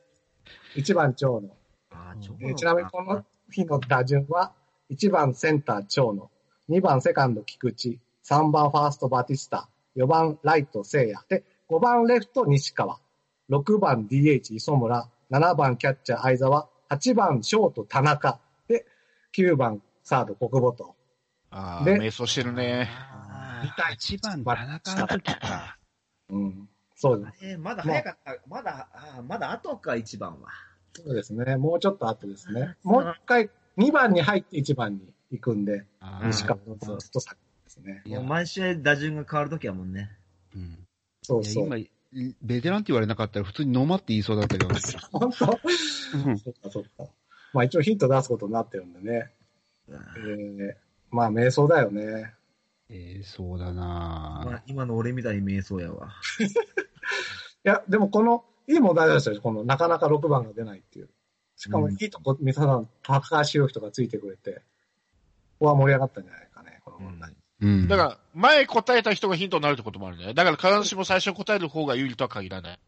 B: 1番長野。
D: あーちょう
B: え
D: ど
B: ーちなみにこの日の打順は、1番センター長野、2番セカンド菊池、3番ファーストバティスタ、4番ライト聖也、で、5番レフト西川、6番 DH 磯村、7番キャッチャー相沢、8番ショート田中、で、9番サード国母と。
F: ああ、
B: で
F: 迷走してるね。
D: あ
B: 対
E: 一番、田中の時か。
B: うん。そう
D: ー
B: で
D: えーまだ早かった。まだ、あーまだ後か、一番は。
B: すそうですね。もうちょっと後ですね。もう一回、2番に入って1番に行くんで、
F: あ
D: うん
F: ー
B: 西川のずっと先ですね。
E: い
D: も
E: や
D: う毎試合打順が変わるときやもんね。
E: うん
B: そ
E: いうや
B: そう。
E: 今、ベテランって言われなかったら普通に飲まって言いそうだったけど。
B: 本当
E: うん
B: そっかそっか。まあ一応ヒント出すことになってるんでね。
D: うわ
B: えー、まあ瞑想だよね。
E: えー、そうだな
D: 今今の俺みたいに瞑想やわ。
B: いや、でもこの、いい問題でしたよ。この、なかなか6番が出ないっていう。しかも
D: うん
B: いいとこ、三田さん、高橋宏人がついてくれて、ここは盛り上がったんじゃないかね、この問題。
E: うん。
F: だから、前答えた人がヒントになるってこともあるね。だから、必ずしも最初答える方が有利とは限らない。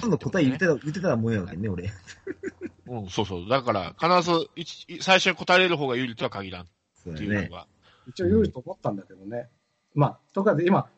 D: 今度答え言ってた言ってたらもうやわけね、俺。
F: うん、そうそう。だから、必ず一、い最初に答えれる方が有利とは限らんっ
D: そう
F: て
D: だ
F: いう
D: ね
F: の。が。
B: 一応有利と思ったんだけどね。まあ、とかで今、